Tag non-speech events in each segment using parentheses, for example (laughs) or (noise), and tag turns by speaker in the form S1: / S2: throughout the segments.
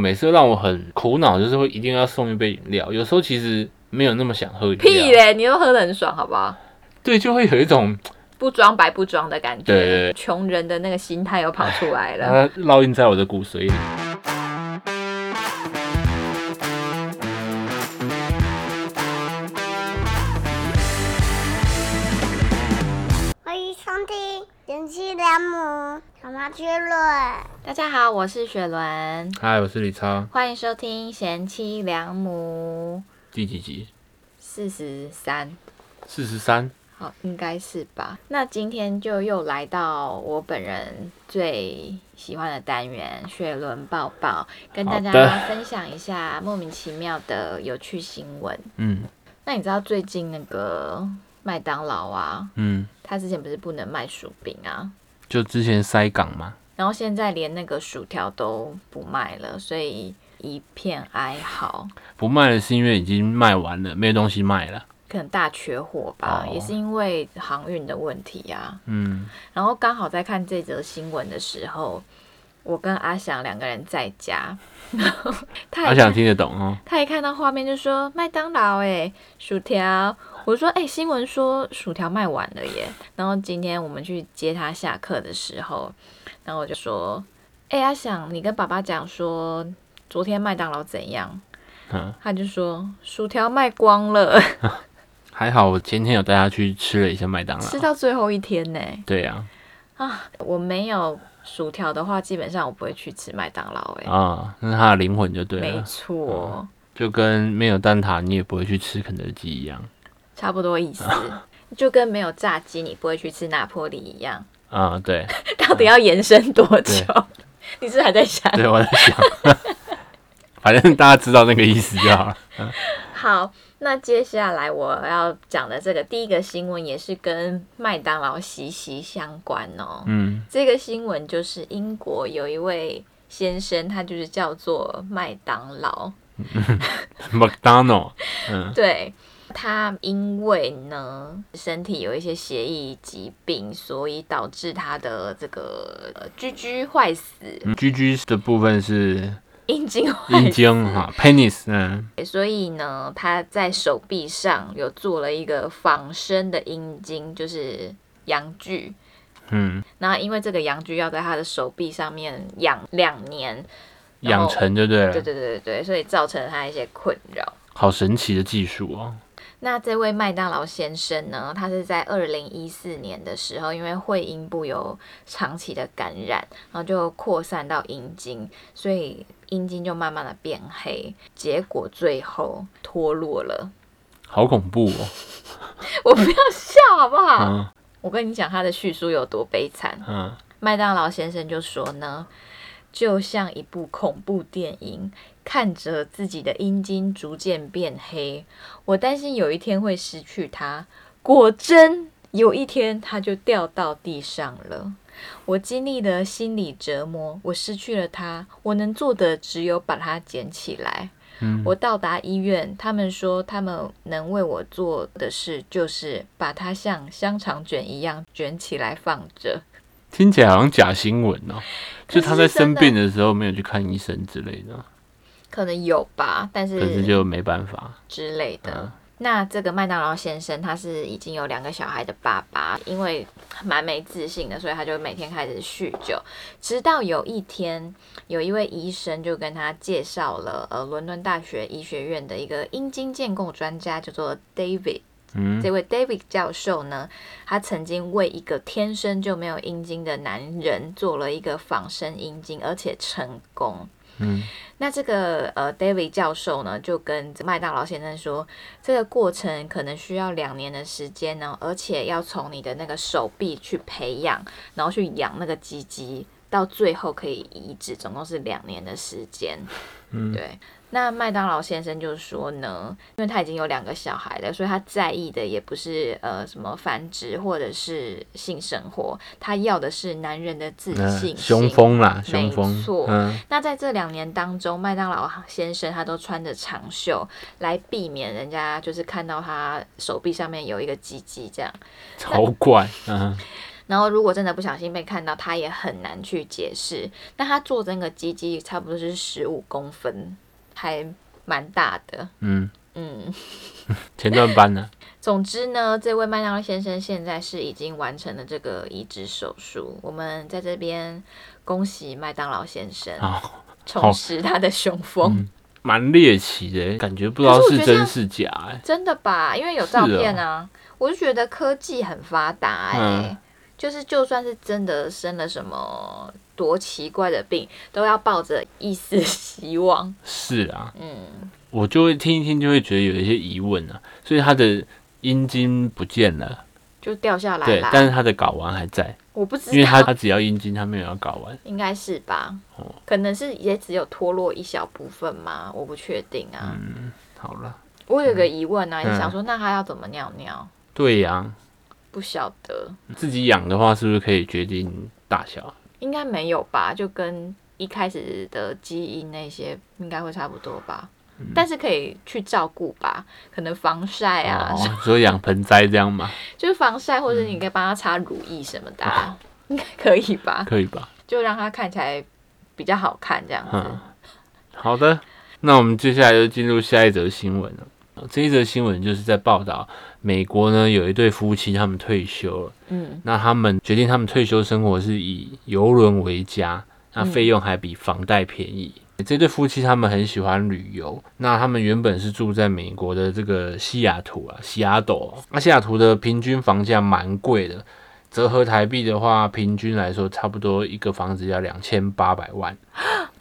S1: 每次让我很苦恼，就是会一定要送一杯饮料。有时候其实没有那么想喝饮料，
S2: 屁嘞，你又喝得很爽，好不好？
S1: 对，就会有一种
S2: 不装白不装的感
S1: 对对嗯
S2: 觉，
S1: 对
S2: 穷人的那个心态又跑出来
S1: (laughs)
S2: 了。
S1: 它啊烙印在我的骨髓里。
S3: 欢迎收听《贤妻良母》小马趣论。
S2: 大家好，我是雪伦，
S1: 嗨，哎我是李超，
S2: 欢迎收听《贤妻良母》
S1: 第几集？
S2: 四十三。
S1: 四十三。
S2: 好，应该是吧。那今天就又来到我本人最喜欢的单元——雪伦抱抱，跟大
S1: 好的
S2: 家分享一下莫名其妙的有趣新闻。
S1: 嗯
S2: 那你知道最近那个麦当劳啊，
S1: 嗯，
S2: 它之前不是不能卖薯饼啊，
S1: 就之前塞港嘛，
S2: 然后现在连那个薯条都不卖了，所以一片哀嚎，
S1: 不卖了是因为已经卖完了，没有东西卖了。
S2: 可能大缺货吧，
S1: 哦
S2: 也是因为航运的问题啊。
S1: 嗯，
S2: 然后刚好在看这则新闻的时候，我跟阿翔两个人在家， (laughs) 他
S1: 好
S2: 也
S1: 想
S2: 看
S1: 听得懂哦。
S2: 他一看到画面就说麦当劳哎、薯条，我说哎、新闻说薯条卖完了耶。然后今天我们去接他下课的时候，然后我就说哎、阿翔，你跟爸爸讲说昨天麦当劳怎样？
S1: 嗯，
S2: 他就说薯条卖光了，
S1: 还好我前天有带他去吃了一下麦当劳
S2: (laughs) 吃。到最后一天呢、
S1: 对呀、
S2: 啊，我没有薯条的话，基本上我不会去吃麦当劳哎、
S1: 啊，啊，那是他的灵魂就对啊
S2: 没
S1: 了，
S2: 错，
S1: 就跟没有蛋挞你也不会去吃肯德基一样。
S2: 差不多意思，就跟没有炸鸡你不会去吃拿破里一样。
S1: 啊、对，
S2: (laughs) 到底要延伸多久
S1: 对？
S2: (laughs) 你是不是还在想？
S1: (laughs) 对，我在想，反正大家知道那个意思就好了。
S2: 好，那接下来我要讲的这个第一个新闻也是跟麦当劳息息相关哦。
S1: 嗯
S2: 这个新闻就是英国有一位先生，他就是叫做麦当劳，
S1: ，McDonald，嗯
S2: 对他因为呢身体有一些协议疾病，所以导致他的这个呃居居坏死、 (laughs)
S1: 嗯，G G 的部分是
S2: 阴茎坏
S1: 阴
S2: 死，
S1: 茎哈，penis，嗯
S2: 哎所以呢他在手臂上有做了一个仿生的阴茎，就是阳具。
S1: 嗯，
S2: 那因为这个阳具要在他的手臂上面养两年，然后
S1: 养成就对了，
S2: 对对对对对，所以造成了他一些困扰。
S1: 好神奇的技术哦。
S2: 那这位麦当劳先生呢，他是在二零一四年的时候，因为会阴部有长期的感染，然后就扩散到阴茎，所以阴茎就慢慢的变黑，结果最后脱落了。
S1: 好恐怖哦！
S2: 我不要笑好不好？
S1: 嗯
S2: 我跟你讲他的叙述有多悲惨。
S1: 嗯，
S2: 麦当劳先生就说呢，就像一部恐怖电影，看着自己的阴茎逐渐变黑，我担心有一天会失去它。果真有一天，它就掉到地上了。我经历了心理折磨，我失去了它，我能做的只有把它捡起来。
S1: 嗯
S2: 我到达医院，他们说他们能为我做的事就是把它像香肠卷一样卷起来放着。
S1: 听起来好像假新闻哦，
S2: 可
S1: 就
S2: 是
S1: 他在
S2: 是真
S1: 生
S2: 的
S1: 病的时候没有去看医生之类的，
S2: 可能有吧，但
S1: 可是
S2: 是
S1: 就没办法。
S2: 之类的。
S1: 嗯
S2: 那这个麦当劳先生他是已经有两个小孩的爸爸，因为蛮没自信的，所以他就每天开始酗酒。直到有一天，有一位医生就跟他介绍了呃伦敦大学医学院的一个阴茎建构专家，叫做 David。
S1: 嗯
S2: 这位 David 教授呢，他曾经为一个天生就没有阴茎的男人做了一个仿生阴茎，而且成功。
S1: 嗯，
S2: 那这个呃，David 教授呢，就跟麦当劳先生说，这个过程可能需要两年的时间呢，而且要从你的那个手臂去培养，然后去养那个鸡鸡，到最后可以移植，总共是两年的时间。
S1: 嗯
S2: 对。那麦当劳先生就说呢，因为他已经有两个小孩了，所以他在意的也不是呃什么繁殖或者是性生活，他要的是男人的自信
S1: 嗯，
S2: 心
S1: 雄风啦，雄
S2: 没
S1: 风
S2: 错，
S1: 嗯
S2: 那在这两年当中，麦当劳先生他都穿着长袖，来避免人家就是看到他手臂上面有一个鸡鸡这样。
S1: 超怪，嗯
S2: 然后如果真的不小心被看到，他也很难去解释。但他坐着那个鸡鸡差不多是十五公分，还蛮大的。
S1: 嗯，
S2: 嗯，
S1: 前段班
S2: (laughs)
S1: 呢？
S2: 总之呢，这位麦当劳先生现在是已经完成了这个移植手术，我们在这边恭喜麦当劳先生
S1: 啊，
S2: 重拾他的雄风。
S1: 嗯蛮猎奇的，感觉不知道
S2: 可是我觉得
S1: 真是假。哎，
S2: 真的吧？因为有照片啊，我就觉得科技很发达哎、
S1: 嗯
S2: 就是就算是真的生了什么多奇怪的病，都要抱着一丝希望。 (laughs)
S1: 是啊，
S2: 嗯，
S1: 我就会听一听，就会觉得有一些疑问啊。所以他的阴茎不见了，
S2: 就掉下来
S1: 对，
S2: 啦。
S1: 但是他的睾丸还在，
S2: 我不知道，
S1: 因为他他只要阴茎，他没有要睾丸。
S2: 应该是吧
S1: 哦？
S2: 可能是也只有脱落一小部分嘛，我不确定啊。
S1: 嗯，好了，
S2: 我有个疑问啊，
S1: 嗯
S2: 也想说，那他要怎么尿尿？
S1: 对呀、
S2: 不晓得，
S1: 自己养的话是不是可以决定大小？
S2: 应该没有吧？就跟一开始的基因那些应该会差不多吧。
S1: 嗯
S2: 但是可以去照顾吧，可能防晒啊，
S1: 哦，嗯说养盆栽这样吗？
S2: (laughs) 就是防晒，或者你可以帮他擦乳液什么的啊、
S1: 哦
S2: (laughs) 应该可以吧？
S1: 可以吧？
S2: 就让他看起来比较好看这样子。
S1: 嗯，好的，那我们接下来就进入下一则新闻了。这一则新闻就是在报道美国呢有一对夫妻他们退休了，
S2: 嗯
S1: 那他们决定他们退休生活是以游轮为家，那
S2: 嗯
S1: 费用还比房贷便宜。这对夫妻他们很喜欢旅游，那他们原本是住在美国的这个西雅图啊，西雅斗哦。那西雅图的平均房价蛮贵的，折合台币的话，平均来说差不多一个房子要两千八百万。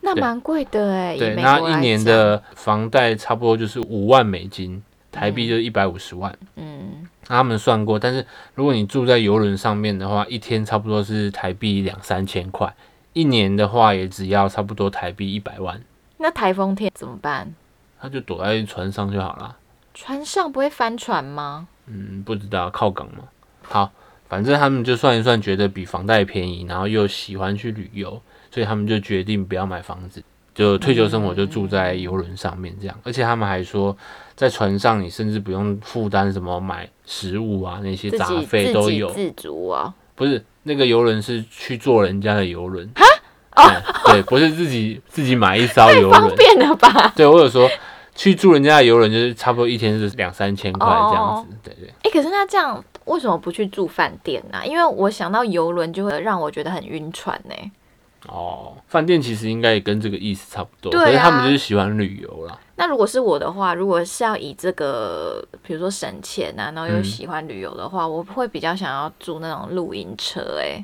S2: 那
S1: 对
S2: 蛮贵的哎、以
S1: 对，
S2: 美
S1: 那
S2: 国
S1: 一
S2: 来
S1: 年
S2: 讲，
S1: 的房贷差不多就是五万美金，台币就是一百五十万。
S2: 嗯，
S1: 那他们算过，但是如果你住在游轮上面的话，一天差不多是台币两三千块，一年的话也只要差不多台币一百万，
S2: 那台风天怎么办？
S1: 他就躲在船上就好啦。
S2: 船上不会翻船吗？
S1: 嗯，不知道靠港嘛。好，反正他们就算一算，觉得比房贷便宜，然后又喜欢去旅游，所以他们就决定不要买房子，就退休生活就住在游轮上面这样。而且他们还说，在船上你甚至不用负担什么买食物啊那些
S2: 自
S1: 杂
S2: 己自
S1: 费都
S2: 给
S1: 有。
S2: 自足哦。
S1: 不是那个游轮是去坐人家的游轮对对，不是自己自己买一艘游
S2: 哦方
S1: 轮。
S2: 便了吧？
S1: 对我有说去住人家的游轮，就是差不多一天是两三千块这样子。对对，
S2: 哎、可是那这样为什么不去住饭店呢、因为我想到游轮就会让我觉得很晕船呢、
S1: 哦，饭店其实应该也跟这个意思差不多，
S2: 对啊
S1: 可是他们就是喜欢旅游啦。
S2: 那如果是我的话，如果是要以这个，比如说省钱啊，然后又
S1: 嗯
S2: 喜欢旅游的话，我会比较想要住那种露营车、欸，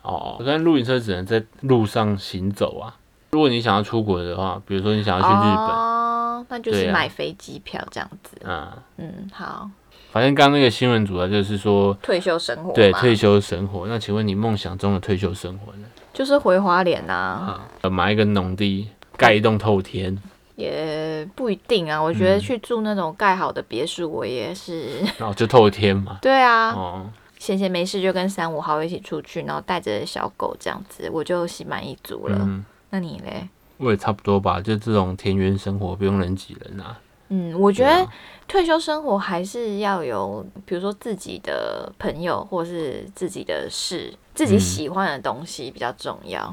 S1: 哦，
S2: 嗯
S1: 但露营车只能在路上行走啊。如果你想要出国的话，比如说你想要去日本，
S2: 哦，那就
S1: 对
S2: 是
S1: 啊
S2: 买飞机票这样子。
S1: 嗯，
S2: 嗯，好，
S1: 反正刚刚那个新闻主要就是说，
S2: 退休生活
S1: 对
S2: 嘛
S1: 退休生活。那请问你梦想中的退休生活呢？
S2: 就是回花莲啊，
S1: 呃，买一个农地，盖一栋透天，
S2: (laughs) 也不一定啊。我觉得
S1: 嗯
S2: 去住那种盖好的别墅，我也是， (laughs)
S1: 然哦后就透天嘛。
S2: 对啊，
S1: 哦，
S2: 闲闲没事就跟三五好友一起出去，然后带着小狗这样子，我就心满意足了。
S1: 嗯，
S2: 那你嘞？
S1: 我也差不多吧，就这种田园生活，不用人挤人啊。
S2: 嗯，我觉
S1: 对
S2: 得
S1: 啊
S2: 退休生活还是要有，比如说自己的朋友或是自己的事，自己
S1: 嗯
S2: 喜欢的东西比较重要。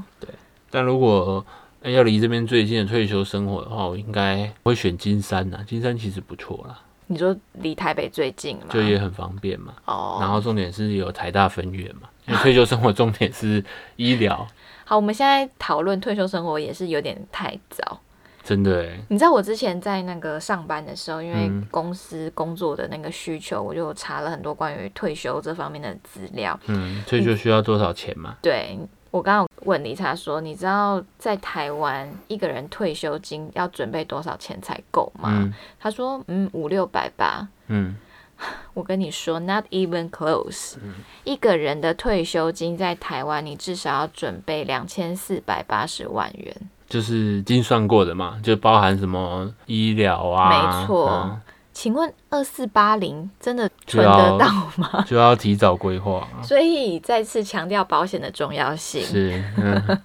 S1: 但如果、呃要离这边最近的退休生活的话，我应该会选金山呐、金山其实不错啦，
S2: 你说离台北最近嘛？
S1: 就也很方便嘛。然
S2: 啊哦。
S1: 后重点是有台大分院嘛，因为退休生活重点是医疗，
S2: 好，我们现在讨论退休生活也是有点太早。
S1: 真的欸
S2: 你知道我之前在那个上班的时候，因为
S1: 嗯
S2: 公司工作的那个需求，我就查了很多关于退休这方面的资料。
S1: 嗯，退休需要多少钱嘛？
S2: 对我刚刚有问理查说，你知道在台湾一个人退休金要准备多少钱才够吗？
S1: 嗯
S2: 他说：“嗯，五六百吧。
S1: 嗯，”
S2: 我跟你说，not even close、一
S1: 嗯
S2: 个人的退休金在台湾，你至少要准备两千四百八十万元。
S1: 就是精算过的嘛，就包含什么医疗啊，
S2: 没错
S1: 嗯
S2: 请问二四八零真的
S1: 就
S2: 存得
S1: 要
S2: 到吗？ (laughs)
S1: 就要提早规划啊。
S2: 所以再次强调保险的重要性，
S1: 是，嗯，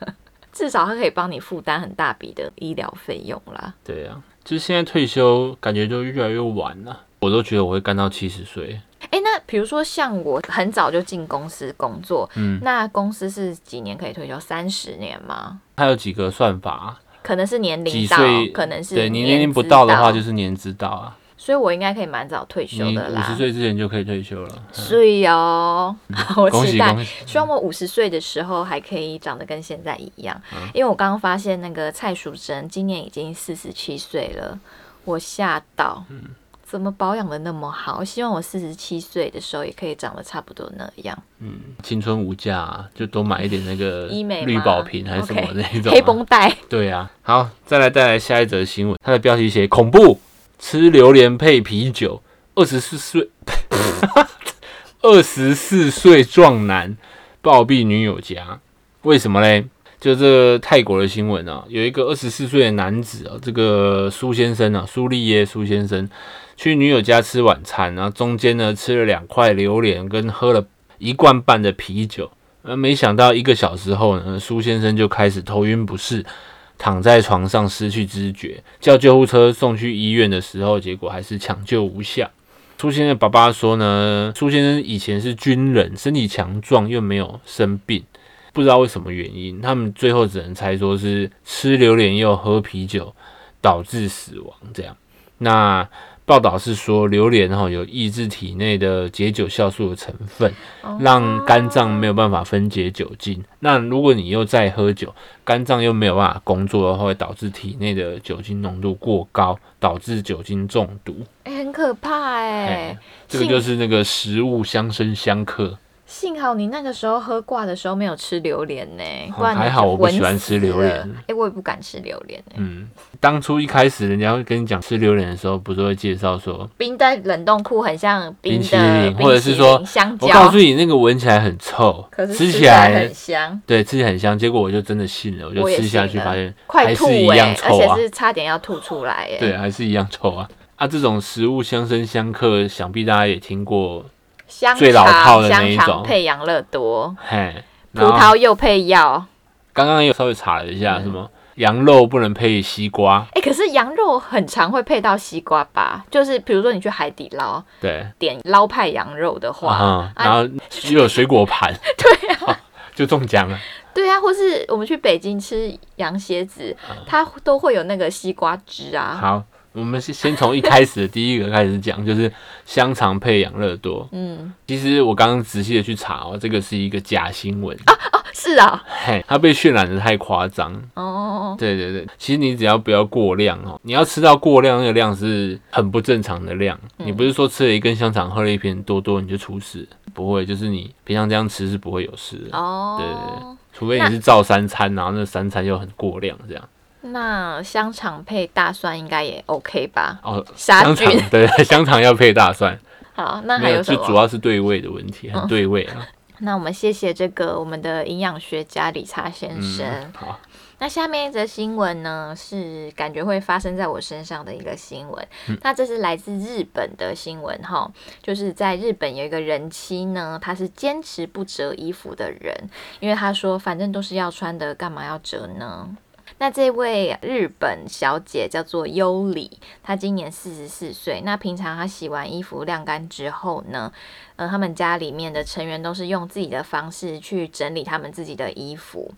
S2: 至少它可以帮你负担很大笔的医疗费用啦。
S1: 对啊，就是现在退休感觉就越来越晚了，我都觉得我会干到七十岁。
S2: 诶，那比如说像我很早就进公司工作，
S1: 嗯
S2: 那公司是几年可以退休？三十年吗？
S1: 它有几个算法，啊
S2: 可能是年龄
S1: 几
S2: 到
S1: 岁，
S2: 可能是
S1: 对你
S2: 年
S1: 年龄不
S2: 资
S1: 到的话，就是年资到啊，
S2: 所以我应该可以蛮早退休
S1: 你
S2: 的
S1: 五
S2: 啦
S1: 十。岁之前就可以退休了。嗯
S2: 所以哦， (laughs) 我
S1: 恭
S2: 期
S1: 喜
S2: 待
S1: 恭喜，
S2: 希望我五十岁的时候还可以长得跟现在一样，
S1: 嗯
S2: 因为我刚刚发现那个蔡淑珍今年已经四十七岁了，我吓到，
S1: 嗯
S2: 怎么保养的那么好？希望我四十七岁的时候也可以长得差不多那样，
S1: 青春无价、啊，就多买一点那个
S2: 医美吗
S1: 绿宝瓶还是什么
S2: OK，
S1: 那一种、
S2: 黑绷带。
S1: 对啊，好，再来带来下一则新闻，它的标题写恐怖，吃榴莲配啤酒，二十四岁， (laughs) 二十四岁壮男暴毙女友家，为什么嘞？就这个泰国的新闻啊，有一个二十四岁的男子啊，这个苏先生啊，苏立耶苏先生，去女友家吃晚餐，然后中间呢吃了两块榴莲，跟喝了一罐半的啤酒。呃，没想到一个小时后呢，苏先生就开始头晕不适，躺在床上失去知觉，叫救护车送去医院的时候，结果还是抢救无效。苏先生的爸爸说呢，苏先生以前是军人，身体强壮又没有生病，不知道为什么原因，他们最后只能猜说是吃榴莲又喝啤酒导致死亡这样。那报道是说，榴莲哈有抑制体内的解酒酵素的成分，让肝脏没有办法分解酒精。那如果你又再喝酒，肝脏又没有办法工作的话，会导致体内的酒精浓度过高，导致酒精中毒。
S2: 哎、很可怕哎、
S1: 哎这个就是那个食物相生相克。
S2: 幸好你那个时候喝挂的时候没有吃榴莲呢、
S1: 哦
S2: 不然你
S1: 还好
S2: 就
S1: 我不喜欢
S2: 稳死
S1: 吃榴莲
S2: 了哎、我也不敢吃榴莲、欸。
S1: 嗯，当初一开始人家会跟你讲吃榴莲的时候，不是会介绍说，
S2: 冰在冷冻库很像
S1: 冰
S2: 冰的
S1: 淇淋
S2: 冰
S1: 或者是
S2: 淇
S1: 说
S2: 淋香
S1: 我告
S2: 蕉
S1: 诉，你那个闻起来很臭
S2: 可，是
S1: 起
S2: 起来
S1: 来
S2: 很香，
S1: 对吃起来很香，结果我就真的信了，我就
S2: 我也
S1: 吃下去
S2: 信了
S1: 发现
S2: 快
S1: 还
S2: 吐
S1: 是一
S2: 哎、
S1: 样
S2: 而
S1: 臭啊
S2: 且。是差点要吐出来哎、
S1: 对，还是一样臭啊！啊，这种食物相生相克，想必大家也听过，
S2: 香
S1: 最老套
S2: 肠
S1: 的那
S2: 香
S1: 一
S2: 肠
S1: 种
S2: 配养乐多，
S1: 嘿。
S2: 葡
S1: 然后
S2: 萄柚配药。
S1: 刚刚有稍微查了一下，什么羊肉不能配西瓜，
S2: 哎、可是羊肉很常会配到西瓜吧？就是比如说你去海底捞
S1: 对，
S2: 点捞派羊肉的话，
S1: 啊，然
S2: 啊，
S1: 后又有水果盘，
S2: (laughs)
S1: (laughs)
S2: 对啊，
S1: 就中奖了。
S2: 对啊，或是我们去北京吃羊蝎子，它都会有那个西瓜汁啊。
S1: 啊好，我们先先从一开始的第一个开始讲，就是香肠配养乐多。
S2: 嗯，
S1: 其实我刚刚仔细的去查哦，这个是一个假新闻，
S2: 是啊，
S1: 嘿，它被渲染的太夸张。
S2: 哦，
S1: 对对对，其实你只要不要过量哦，你要吃到过量，那个量是很不正常的量。
S2: 嗯
S1: 你不是说吃了一根香肠，喝了一瓶多多你就出事？不会，就是你平常这样吃是不会有事的，
S2: 哦，
S1: 对对对除非你是照三餐，然后那三餐又很过量这样。
S2: 那香肠配大蒜应该也 OK 吧？
S1: 哦，
S2: 杀
S1: 香肠
S2: 菌
S1: 对， (laughs) 香肠要配大蒜，
S2: 好， (laughs) 那还
S1: 没有，
S2: 什
S1: 就主
S2: 么？嗯
S1: 要是对味的问题，很对味啊。
S2: 那我们谢谢这个我们的营养学家理查先生。
S1: 嗯，好，
S2: 那下面一则新闻呢，是感觉会发生在我身上的一个新闻。那这是来自日本的新闻哈，就是在日本有一个人妻呢，她是坚持不折衣服的人，因为她说反正都是要穿的，干嘛要折呢？那这位日本小姐叫做优里，她今年四十四岁。那平常她洗完衣服晾干之后呢，呃，他们家里面的成员都是用自己的方式去整理他们自己的衣服。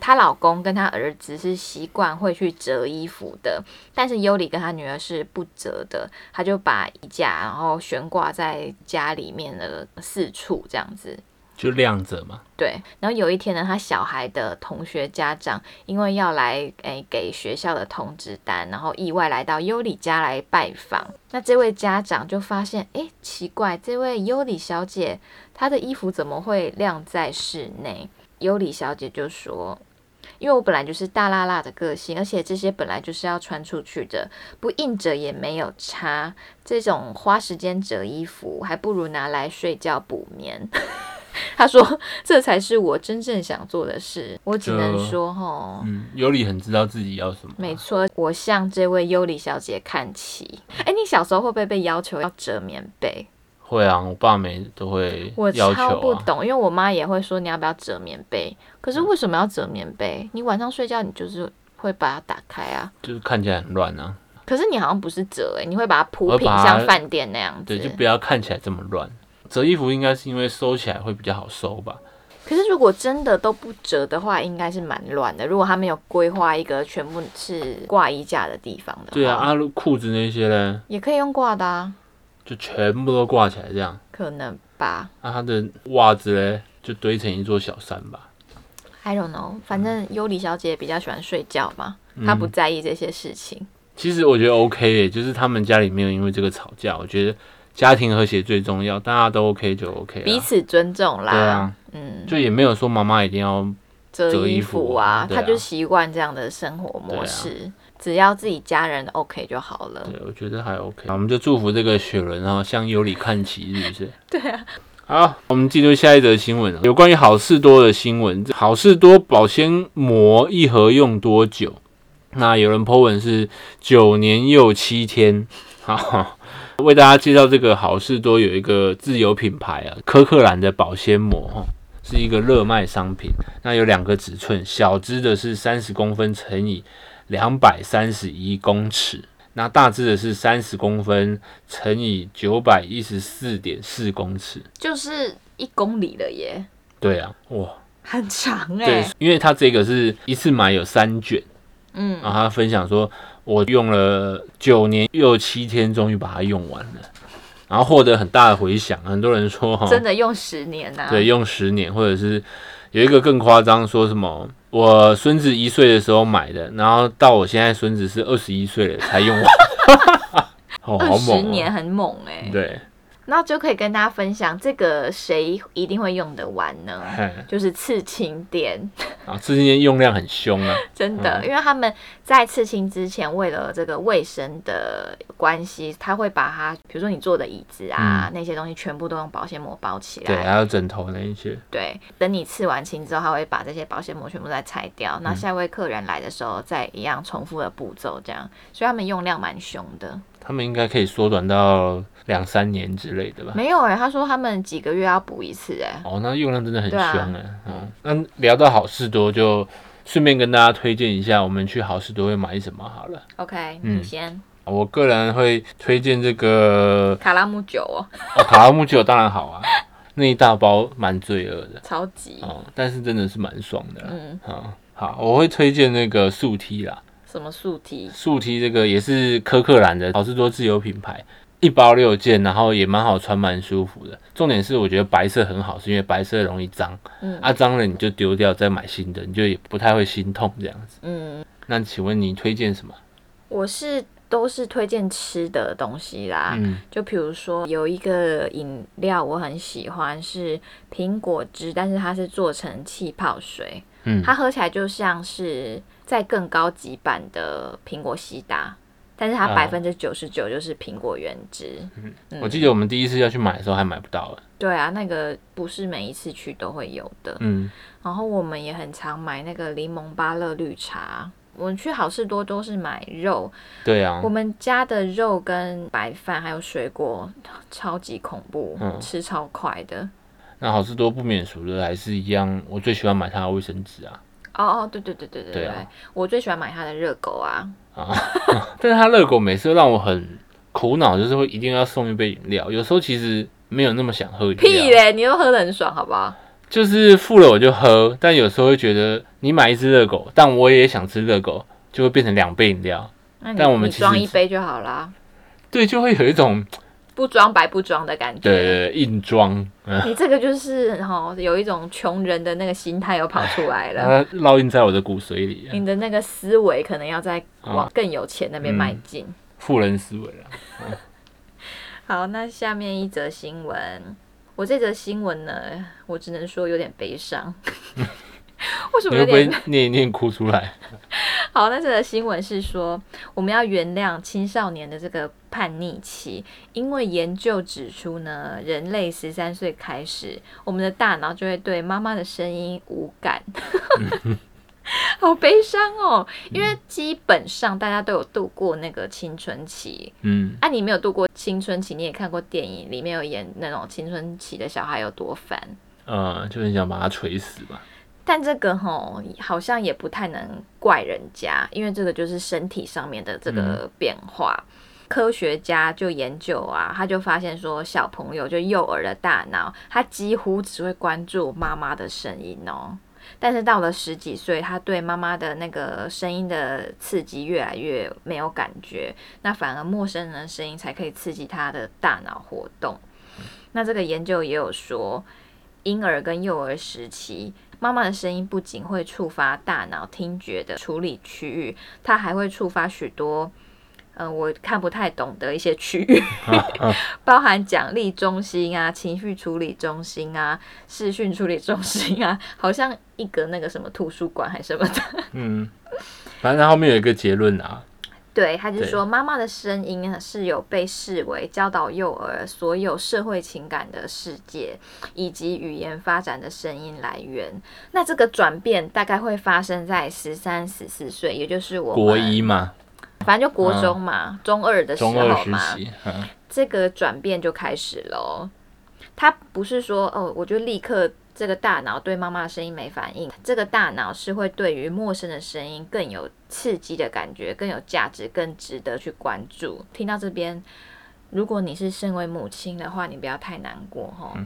S2: 她老公跟她儿子是习惯会去折衣服的，但是尤里跟她女儿是不折的，她就把衣架然后悬挂在家里面的四处这样子。
S1: 就晾着嘛。
S2: 对，然后有一天呢，她小孩的同学家长因为要来诶、给学校的通知单，然后意外来到尤里家来拜访。那这位家长就发现，诶，奇怪，这位尤里小姐她的衣服怎么会晾在室内？尤里小姐就说。因为我本来就是大辣辣的个性，而且这些本来就是要穿出去的，不硬折也没有差。这种花时间折衣服，还不如拿来睡觉补眠。 (laughs) 他说：“这才是我真正想做的事。”我只能
S1: 就
S2: 说，吼，
S1: 嗯，尤里很知道自己要什么。
S2: 哦没错，我向这位尤里小姐看齐。哎，你小时候会不会被要求要折棉被？
S1: 会啊，我爸每都会
S2: 我
S1: 要
S2: 超
S1: 求
S2: 不
S1: 啊。嗯
S2: 懂，因为我妈也会说你要不要折棉被，可是为什么要折棉被？你晚上睡觉你就是会把它打开啊，
S1: 就是看起来很乱啊，
S2: 可是你好像不是折哎、你会把它铺
S1: 我会
S2: 平，
S1: 把它
S2: 像饭店那样子
S1: 对，就。不要看起来这么乱。折衣服应该是因为收起来会比较好收吧。
S2: 可是如果真的都不折的话，应该是蛮乱的。如果他没有规划一个全部是挂衣架的地方的话，
S1: 对啊，，啊如裤子那些呢，
S2: 也可以用挂的啊，
S1: 就全部都挂起来这样。
S2: 可能吧
S1: 那、他的袜子嘞，就堆成一座小山吧。
S2: ，I don't know。反
S1: 嗯
S2: 正尤里小姐比较喜欢睡觉嘛，她不在意这些事情。
S1: 其实我觉得 OK 耶，就是他们家里没有因为这个吵架，我觉得家庭和谐最重要，大家都 OK 就 OK
S2: 彼
S1: 了。
S2: 此尊重啦，
S1: 啊对啊，
S2: 嗯，
S1: 就也没有说妈妈一定要
S2: 折
S1: 折
S2: 衣
S1: 衣
S2: 服
S1: 服
S2: 啊
S1: 啊，
S2: 她
S1: 对啊
S2: 就习惯这样的生活模式，只要自己家人 OK 就好了。
S1: 对，我觉得还 OK。好我们就祝福这个雪伦啊，向尤里看齐，是不是？
S2: (laughs) 对啊，
S1: 好，我们进入下一则新闻了，有关于好事多的新闻。这好事多保鲜膜一盒用多久？那有人 po 文是九年又七天。好，为大家介绍这个好事多有一个自有品牌啊，科克兰的保鲜膜哈，是一个热卖商品。那有两个尺寸，小只的是三十公分乘以两百三十一公尺，那大致的是三十公分乘以九百一十四点四公尺。
S2: 就是一公里了耶，
S1: 对啊，哇，
S2: 很长哎、 (laughs)
S1: 对，因为他这个是一次买有三卷，
S2: 嗯，
S1: 然后他分享说，我用了九年又七天，终于把它用完了，然后获得很大的回响，很多人说哈，
S2: 真的用十年呐、啊，
S1: 对，用十年，或者是有一个更夸张，说什么我孙子一岁的时候买的，然后到我现在孙子是二十一岁了才
S2: (laughs)
S1: 用完，哦，
S2: 二
S1: 好
S2: 十
S1: 猛、
S2: 年
S1: 哦，
S2: 很猛哎、
S1: 对，
S2: 那就可以跟大家分享这个谁一定会用得完
S1: (laughs)
S2: 呢？
S1: 嘿
S2: 就是刺青店，
S1: 啊，这些用量很凶啊，
S2: 真的，因为他们在刺青之前，为了这个卫生的关系，他会把它，比如说你坐的椅子啊、那些东西，全部都用保鲜膜包起
S1: 嗯对，啊
S2: 来。
S1: 还有枕头那一些，
S2: 对，等你刺完青之后，他会把这些保鲜膜全部再拆掉。
S1: 嗯
S2: 那下一位客人来的时候，再一样重复的步骤，这样，所以他们用量蛮凶的。
S1: 他们应该可以缩短到两三年之类的吧。
S2: 没有哎、他说他们几个月要补一次哎、
S1: 哦，那用量真的很
S2: 对
S1: 凶
S2: 啊
S1: 哎、嗯，那聊到好事多，就顺便跟大家推荐一下，我们去好事多会买什么好了。
S2: OK，、
S1: 嗯
S2: 你先
S1: 我个人会推荐这个、
S2: 卡拉木酒哦，
S1: 哦、卡拉木酒，当然好啊， (laughs) 那一大包蛮罪恶的
S2: 超级、
S1: 哦，但是真的是蛮爽的啦。
S2: 嗯，
S1: 嗯好，我会推荐那个速梯啦，
S2: 什么素体，
S1: 速梯这个也是科克兰的好事多自有品牌，一包六件，然后也蛮好穿，蛮舒服的。重点是我觉得白色很好，是因为白色容易脏，
S2: 嗯
S1: 啊脏了你就丢掉，再买新的，你就也不太会心痛这样子。
S2: 嗯，
S1: 那请问你推荐什么？
S2: 我是都是推荐吃的东西啦，
S1: 嗯，
S2: 就比如说有一个饮料我很喜欢是苹果汁，但是它是做成气泡水，
S1: 嗯
S2: 它喝起来就像是在更高级版的苹果西达。但是它
S1: 哦
S2: 百分之九十九就是苹果原汁，嗯
S1: 我记得我们第一次要去买的时候还买不到，
S2: 对啊，那个不是每一次去都会有的。
S1: 嗯，
S2: 然后我们也很常买那个柠檬芭乐绿茶。我们去好事多都是买肉，
S1: 对啊
S2: 我，们家的肉跟白饭还有水果超级恐怖，
S1: 嗯
S2: 吃超快的。
S1: 那好事多不免俗的还是一样，我最喜欢买它的卫生纸啊
S2: 哦哦，对对对对对
S1: 对啊
S2: 我最喜欢买它的热狗啊，
S1: 啊，但是它热狗每次都让我很苦恼，就是会一定要送一杯饮料，有时候其实没有那么想喝饮料，
S2: 屁嘞，你都喝得很爽，好不好？
S1: 就是付了我就喝，但有时候会觉得你买一只热狗，但我也想吃热狗，就会变成两杯饮料，
S2: 那你
S1: 但我们
S2: 你
S1: 其实
S2: 装一杯就好啦，
S1: 对，就会有一
S2: (laughs)
S1: 种
S2: 不装白不装的感觉。
S1: (laughs) 对硬装，嗯，
S2: 你这个就是哦，有一种穷人的那个心态又跑出来
S1: (laughs)
S2: 了。
S1: 它烙印在我的骨髓里，
S2: 你的那个思维可能要再往
S1: 哦
S2: 更有钱那边迈进。
S1: 富人思维啊，
S2: 好，那下面一则新闻，我这则新闻呢，我只能说有点悲伤。 (laughs) 为什么
S1: 你
S2: 有
S1: 会不会
S2: 点？
S1: 念一念哭出来？
S2: 好，那这则新闻是说，我们要原谅青少年的这个叛逆期，因为研究指出呢，人类十三岁开始，我们的大脑就会对妈妈的声音无感。 (laughs) 好悲伤哦，因为基本上大家都有度过那个青春期，
S1: 嗯，
S2: 啊，你没有度过青春期，你也看过电影，里面有演那种青春期的小孩有多烦。
S1: 呃，就很想把它锤死
S2: (laughs)
S1: 吧，
S2: 但这个吼，好像也不太能怪人家，因为这个就是身体上面的这个变化。科学家就研究啊，他就发现说，小朋友就幼儿的大脑，他几乎只会关注妈妈的声音哦。但是到了十几岁，他对妈妈的那个声音的刺激越来越没有感觉，那反而陌生人的声音才可以刺激他的大脑活动。那这个研究也有说，婴儿跟幼儿时期，妈妈的声音不仅会触发大脑听觉的处理区域，它还会触发许多。嗯，我看不太懂的一些区域， (laughs)
S1: 啊
S2: 包含奖励中心啊、情绪处理中心啊、视讯处理中心啊，好像一个那个什么图书馆还是什么的。
S1: 嗯，反正他后面有一个结论啊，
S2: 对，他就
S1: 对
S2: 说妈妈的声音啊是有被视为教导幼儿所有社会情感的世界以及语言发展的声音来源。那这个转变大概会发生在十三、十四岁，也就是我们
S1: 国，一嘛，
S2: 反正就国中嘛，中二的时候
S1: 中
S2: 嘛，
S1: 二时期，嗯，
S2: 这个转变就开始喽。他不是说哦，我就立刻这个大脑对妈妈的声音没反应，这个大脑是会对于陌生的声音更有刺激的感觉，更有价值，更值得去关注。听到这边，如果你是身为母亲的话，你不要太难过哈、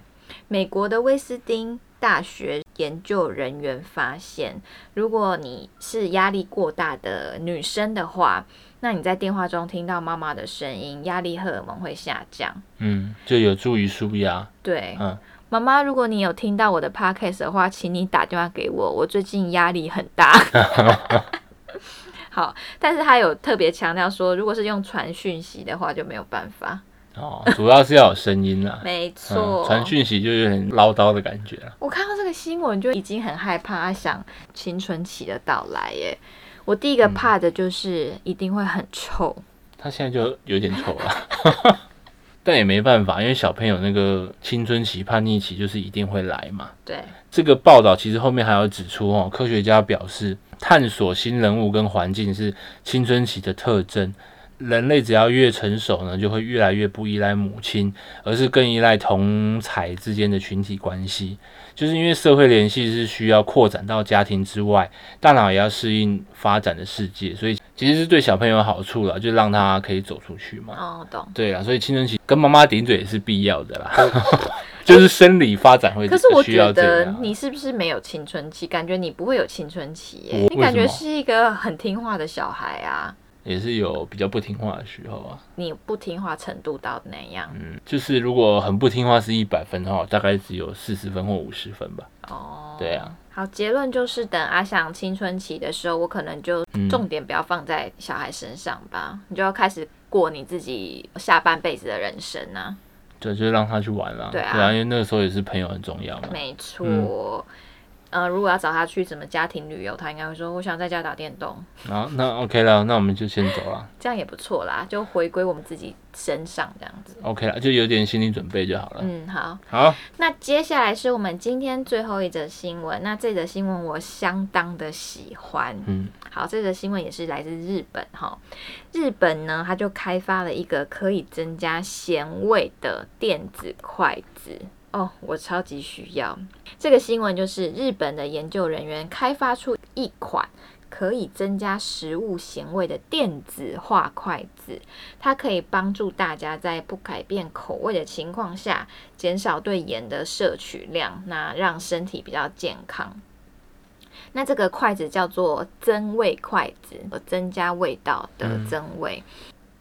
S2: 美国的威斯汀大学研究人员发现，如果你是压力过大的女生的话，那你在电话中听到妈妈的声音，压力荷尔蒙会下降。
S1: 嗯，就有助于舒压，
S2: 对，
S1: 嗯
S2: 妈妈，如果你有听到我的 podcast 的话，请你打电话给我，我最近压力很
S1: (laughs)
S2: 大。好，但是他有特别强调说，如果是用传讯息的话就没有办法。
S1: 哦，主要是要有声音啦，
S2: (laughs) 没
S1: 嗯
S2: 错，
S1: 传讯息就有点唠叨的感觉啊
S2: 我看到这个新闻就已经很害怕，想青春期的到来耶。我第一
S1: 嗯
S2: 个怕的就是一定会很臭，
S1: 他现在就有点丑了， (laughs) 但也没办法，因为小朋友那个青春期、叛逆期就是一定会来嘛。
S2: 对，
S1: 这个报道其实后面还有指出哦，科学家表示，探索新人物跟环境是青春期的特征。人类只要越成熟呢，就会越来越不依赖母亲，而是更依赖同才之间的群体关系。就是因为社会联系是需要扩展到家庭之外，大脑也要适应发展的世界，所以其实是对小朋友有好处了，就让他可以走出去嘛。
S2: 哦，懂。
S1: 对啊啦，所以青春期跟妈妈顶嘴也是必要的啦， (laughs) 就是生理发展会
S2: 可是我
S1: 需
S2: 觉
S1: 要这
S2: 得
S1: 样啊。
S2: 你是不是没有青春期？感觉你不会有青春期耶
S1: 我，
S2: 你感觉
S1: 为什么
S2: 是一个很听话的小孩啊。
S1: 也是有比较不听话的时候啊。
S2: 你不听话程度到那样、
S1: 嗯，就是如果很不听话是一百分的话，大概只有四十分或五十分吧。
S2: 哦。
S1: 对啊，
S2: 好，结论就是等阿翔青春期的时候，我可能就
S1: 嗯
S2: 重点不要放在小孩身上吧，你就要开始过你自己下半辈子的人生啊。
S1: 对，就是让他去玩啦、
S2: 对啊嗯
S1: 因为那个时候也是朋友很重要嘛。
S2: 没错。
S1: 嗯
S2: 呃，如果要找他去什么家庭旅游，他应该会说：“我想在家打电动。
S1: 然后那 OK 了，那我们就先走了”
S2: 这样也不错啦，就回归我们自己身上这样子。
S1: ，OK 了，就有点心理准备就好了。
S2: 嗯，好。
S1: 好，
S2: 那接下来是我们今天最后一则新闻。那这则新闻我相当的喜欢。
S1: 嗯，
S2: 好，这则新闻也是来自日本哈。日本呢，它就开发了一个可以增加咸味的电子筷子。哦，我超级需要这个新闻，就是日本的研究人员开发出一款可以增加食物咸味的电子化筷子，它可以帮助大家在不改变口味的情况下，减少对盐的摄取量，那让身体比较健康。那这个筷子叫做增味筷子，增加味道的
S1: 嗯
S2: 增味。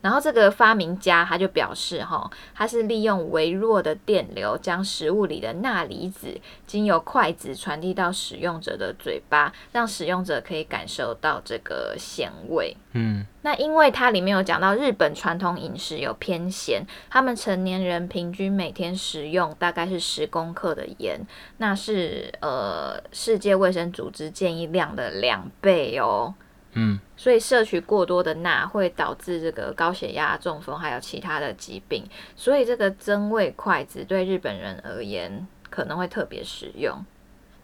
S2: 然后这个发明家他就表示，哈，他是利用微弱的电流将食物里的钠离子经由筷子传递到使用者的嘴巴，让使用者可以感受到这个咸味。
S1: 嗯，
S2: 那因为它里面有讲到日本传统饮食有偏咸，他们成年人平均每天食用大概是十公克的盐，那是呃世界卫生组织建议量的两倍哦。
S1: 嗯，
S2: 所以摄取过多的钠会导致这个高血压、中风，还有其他的疾病。所以这个增味筷子对日本人而言可能会特别实用，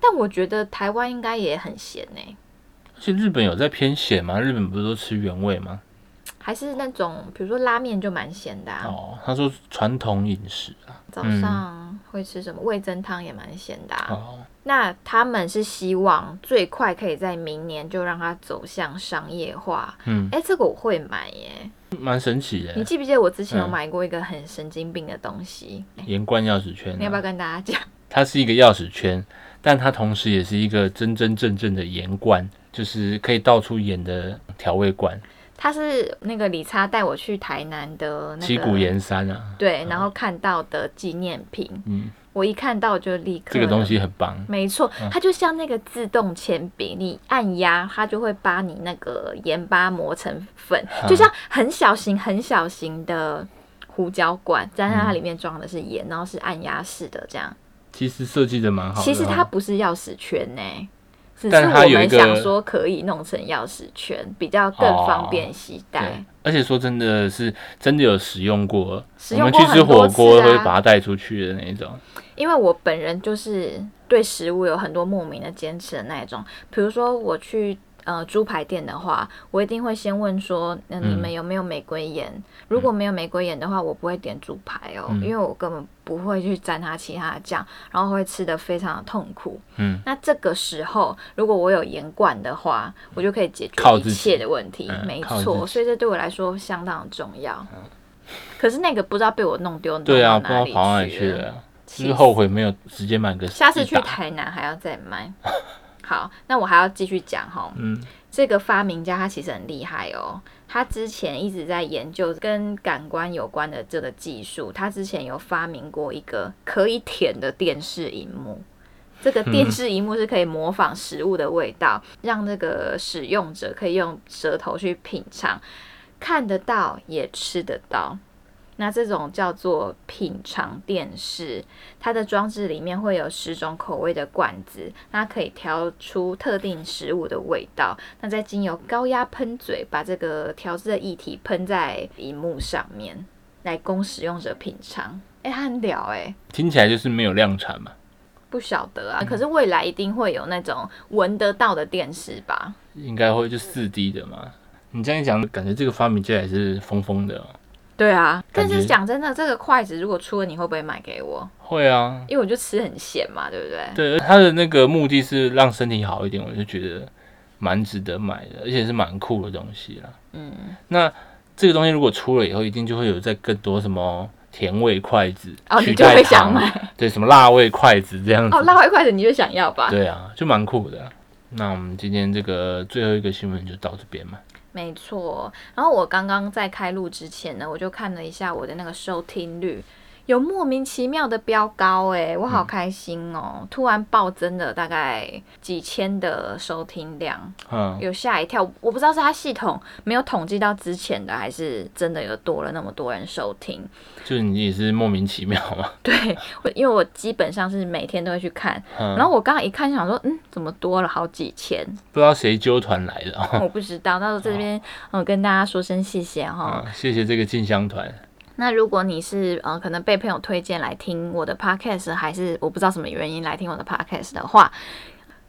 S2: 但我觉得台湾应该也很咸欸呢、
S1: 而且日本有在偏咸吗？日本不是都吃原味吗？
S2: 还是那种比如说拉面就蛮咸的、啊。
S1: 哦，他说传统饮食啊。
S2: 早上会吃什么？味增汤也蛮咸的、啊。
S1: 哦，
S2: 那他们是希望最快可以在明年就让它走向商业化。
S1: 嗯，
S2: 哎、这个我会买耶。
S1: 蛮神奇
S2: 你
S1: 的。
S2: 记不记得我之前有
S1: 嗯
S2: 买过一个很神经病的东西？
S1: 盐罐钥匙圈啊、
S2: 你要不要跟大家讲？
S1: 它是一个钥匙圈，但它同时也是一个真真正正的盐罐，就是可以倒出盐的调味罐，
S2: 他是那个李差带我去台南的那
S1: 七谷
S2: 个，
S1: 盐山啊，
S2: 对，然后看到的纪念品，
S1: 嗯
S2: 我一看到就立刻
S1: 这个东西嗯很棒。
S2: 没错，它就像那个自动铅笔，你按压它就会把你那个盐巴磨成粉，
S1: 嗯
S2: 就像很小型、很小型的胡椒罐，但是它里面装的是盐，然后是按压式的这样。
S1: 其实设计的蛮好的哦，
S2: 其实它不是钥匙圈呢、只是
S1: 但它
S2: 我
S1: 有一
S2: 们
S1: 个哦
S2: 想说可以弄成钥匙圈，比较更方便携带
S1: 对。，而且说真的是真的有使用过，
S2: 使用
S1: 我
S2: 过
S1: 们去吃
S2: 很多
S1: 火
S2: 次
S1: 锅
S2: 啊
S1: 会把它带出去的那一种。
S2: 因为我本人就是对食物有很多莫名的坚持的那一种，比如说我去呃猪排店的话，我一定会先问说，那、你
S1: 嗯
S2: 们有没有玫瑰盐？如果没有玫瑰盐的话，我不会点猪排哦，
S1: 嗯
S2: 因为我根本不会去沾它其他的酱，然后会吃的非常的痛苦。
S1: 嗯，
S2: 那这个时候如果我有盐罐的话，我就可以解决
S1: 靠自
S2: 一
S1: 己
S2: 切的问题，
S1: 嗯
S2: 没
S1: 靠自
S2: 错，
S1: 己嗯
S2: 所以这对我来说相当重要。可是那个不知道被我弄丢，
S1: 对啊，
S2: 弄
S1: 不知道
S2: 到哪里
S1: 跑哪里
S2: 去
S1: 去
S2: 了。
S1: 了，
S2: 气
S1: 就是后悔没有直接买个一打。
S2: 下次去台南还要再买。 (laughs) 好，那我还要继续讲哈。
S1: 嗯，
S2: 这个发明家他其实很厉害哦，他之前一直在研究跟感官有关的这个技术。他之前有发明过一个可以舔的电视荧幕，这个电视荧幕是可以模仿食物的味道，让那个使用者可以用舌头去品尝，看得到也吃得到。那这种叫做品尝电视，它的装置里面会有十种口味的罐子，那可以调出特定食物的味道。那再经由高压喷嘴，把这个调制的液体喷在荧幕上面，来供使用者品尝。哎、它很屌哎、
S1: 听起来就是没有量产嘛，
S2: 不晓得啊。可是未来一定会有那种闻得到的电视吧？
S1: 应该会就四 D 的嘛。你这样一讲，感觉这个发明家也是疯疯的哦、
S2: 对啊，但
S1: 感
S2: 是
S1: 觉
S2: 讲真的，这个筷子如果出了，你会不会买给我？
S1: 会啊，
S2: 因为我就吃很咸嘛，对不对？
S1: 对，他的那个目的是让身体好一点，我就觉得蛮值得买的，而且是蛮酷的东西啦。
S2: 嗯，
S1: 那这个东西如果出了以后，一定就会有在更多什么甜味筷子
S2: 哦，
S1: 取
S2: 你就
S1: 代
S2: 会
S1: 糖，
S2: 想买
S1: 对，什么辣味筷子这样子。
S2: 哦，拉回筷子你就想要吧？
S1: 对啊，就蛮酷的啊、那我们今天这个最后一个新闻就到这边嘛。
S2: 没错，然后我刚刚在开录之前呢，我就看了一下我的那个收听率，有莫名其妙的飙高哎、我
S1: 嗯
S2: 好开心哦！突然暴增了大概几千的收听量，
S1: 嗯，
S2: 有吓一跳。我不知道是它系统没有统计到之前的，还是真的有多了那么多人收听。 (laughs)
S1: 就是你也是莫名其妙嘛。
S2: 对我，因为我基本上是每天都会去看，
S1: 嗯，
S2: 然后我刚刚一看想说，嗯，怎么多了好几千？
S1: 不知道谁揪团来的、哦。
S2: 我不知道，到时候这边嗯跟大家说声谢谢哈。
S1: 嗯，谢谢这个进香团。
S2: 那如果你是呃可能被朋友推荐来听我的 podcast，还是我不知道什么原因来听我的 podcast 的话，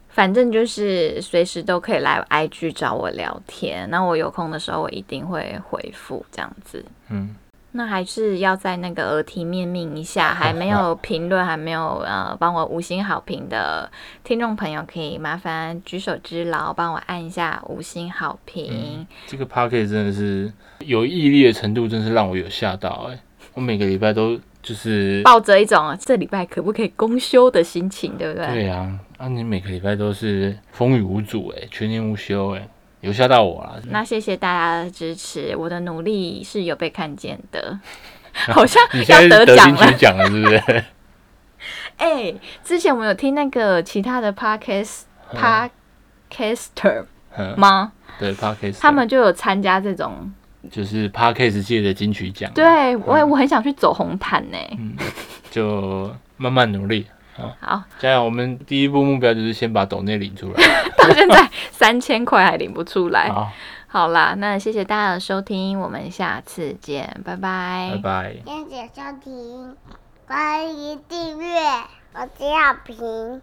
S2: 反正就是随时都可以来 IG 找我聊天。那我有空的时候，我一定会回复这样子。
S1: 嗯，
S2: 那还是要在那个耳提面命一下，还没有评论，还没有呃帮我五星好评的听众朋友，可以麻烦举手之劳帮我按一下五星好评。
S1: 这个 p a c k e t 真的是有毅力的程度，真是让我有吓到哎、我每个礼拜都就是
S2: 抱着一种啊这礼拜可不可以公休的心情，对不对？
S1: 对呀、啊，啊，你每个礼拜都是风雨无阻哎、全年无休哎、有吓到我啦。
S2: 那谢谢大家的支持，我的努力是有被看见
S1: (laughs)
S2: 的，好像
S1: 你现
S2: 要
S1: 在是
S2: 得
S1: 得
S2: 奖
S1: 金
S2: 了。
S1: 曲奖了是不是？
S2: (laughs) 哎、之前我有听那个其他的 podcast podcaster
S1: 嗯，
S2: 吗？
S1: 对 p a c k e t
S2: 他们就有参加这种，
S1: 就是 p a c k e t 界的金曲奖，，啊
S2: 对我也我很想去走红毯呢、
S1: 嗯就慢慢努力。
S2: 好，
S1: 加油！我们第一步目标就是先把抖内领出
S2: (laughs)
S1: 来。
S2: 到现在三千块还领不出来。
S1: 好，
S2: 好啦，那谢谢大家的收听，我们下次见，拜拜
S1: 拜拜。
S3: 谢谢收听，欢迎订阅，我是小平，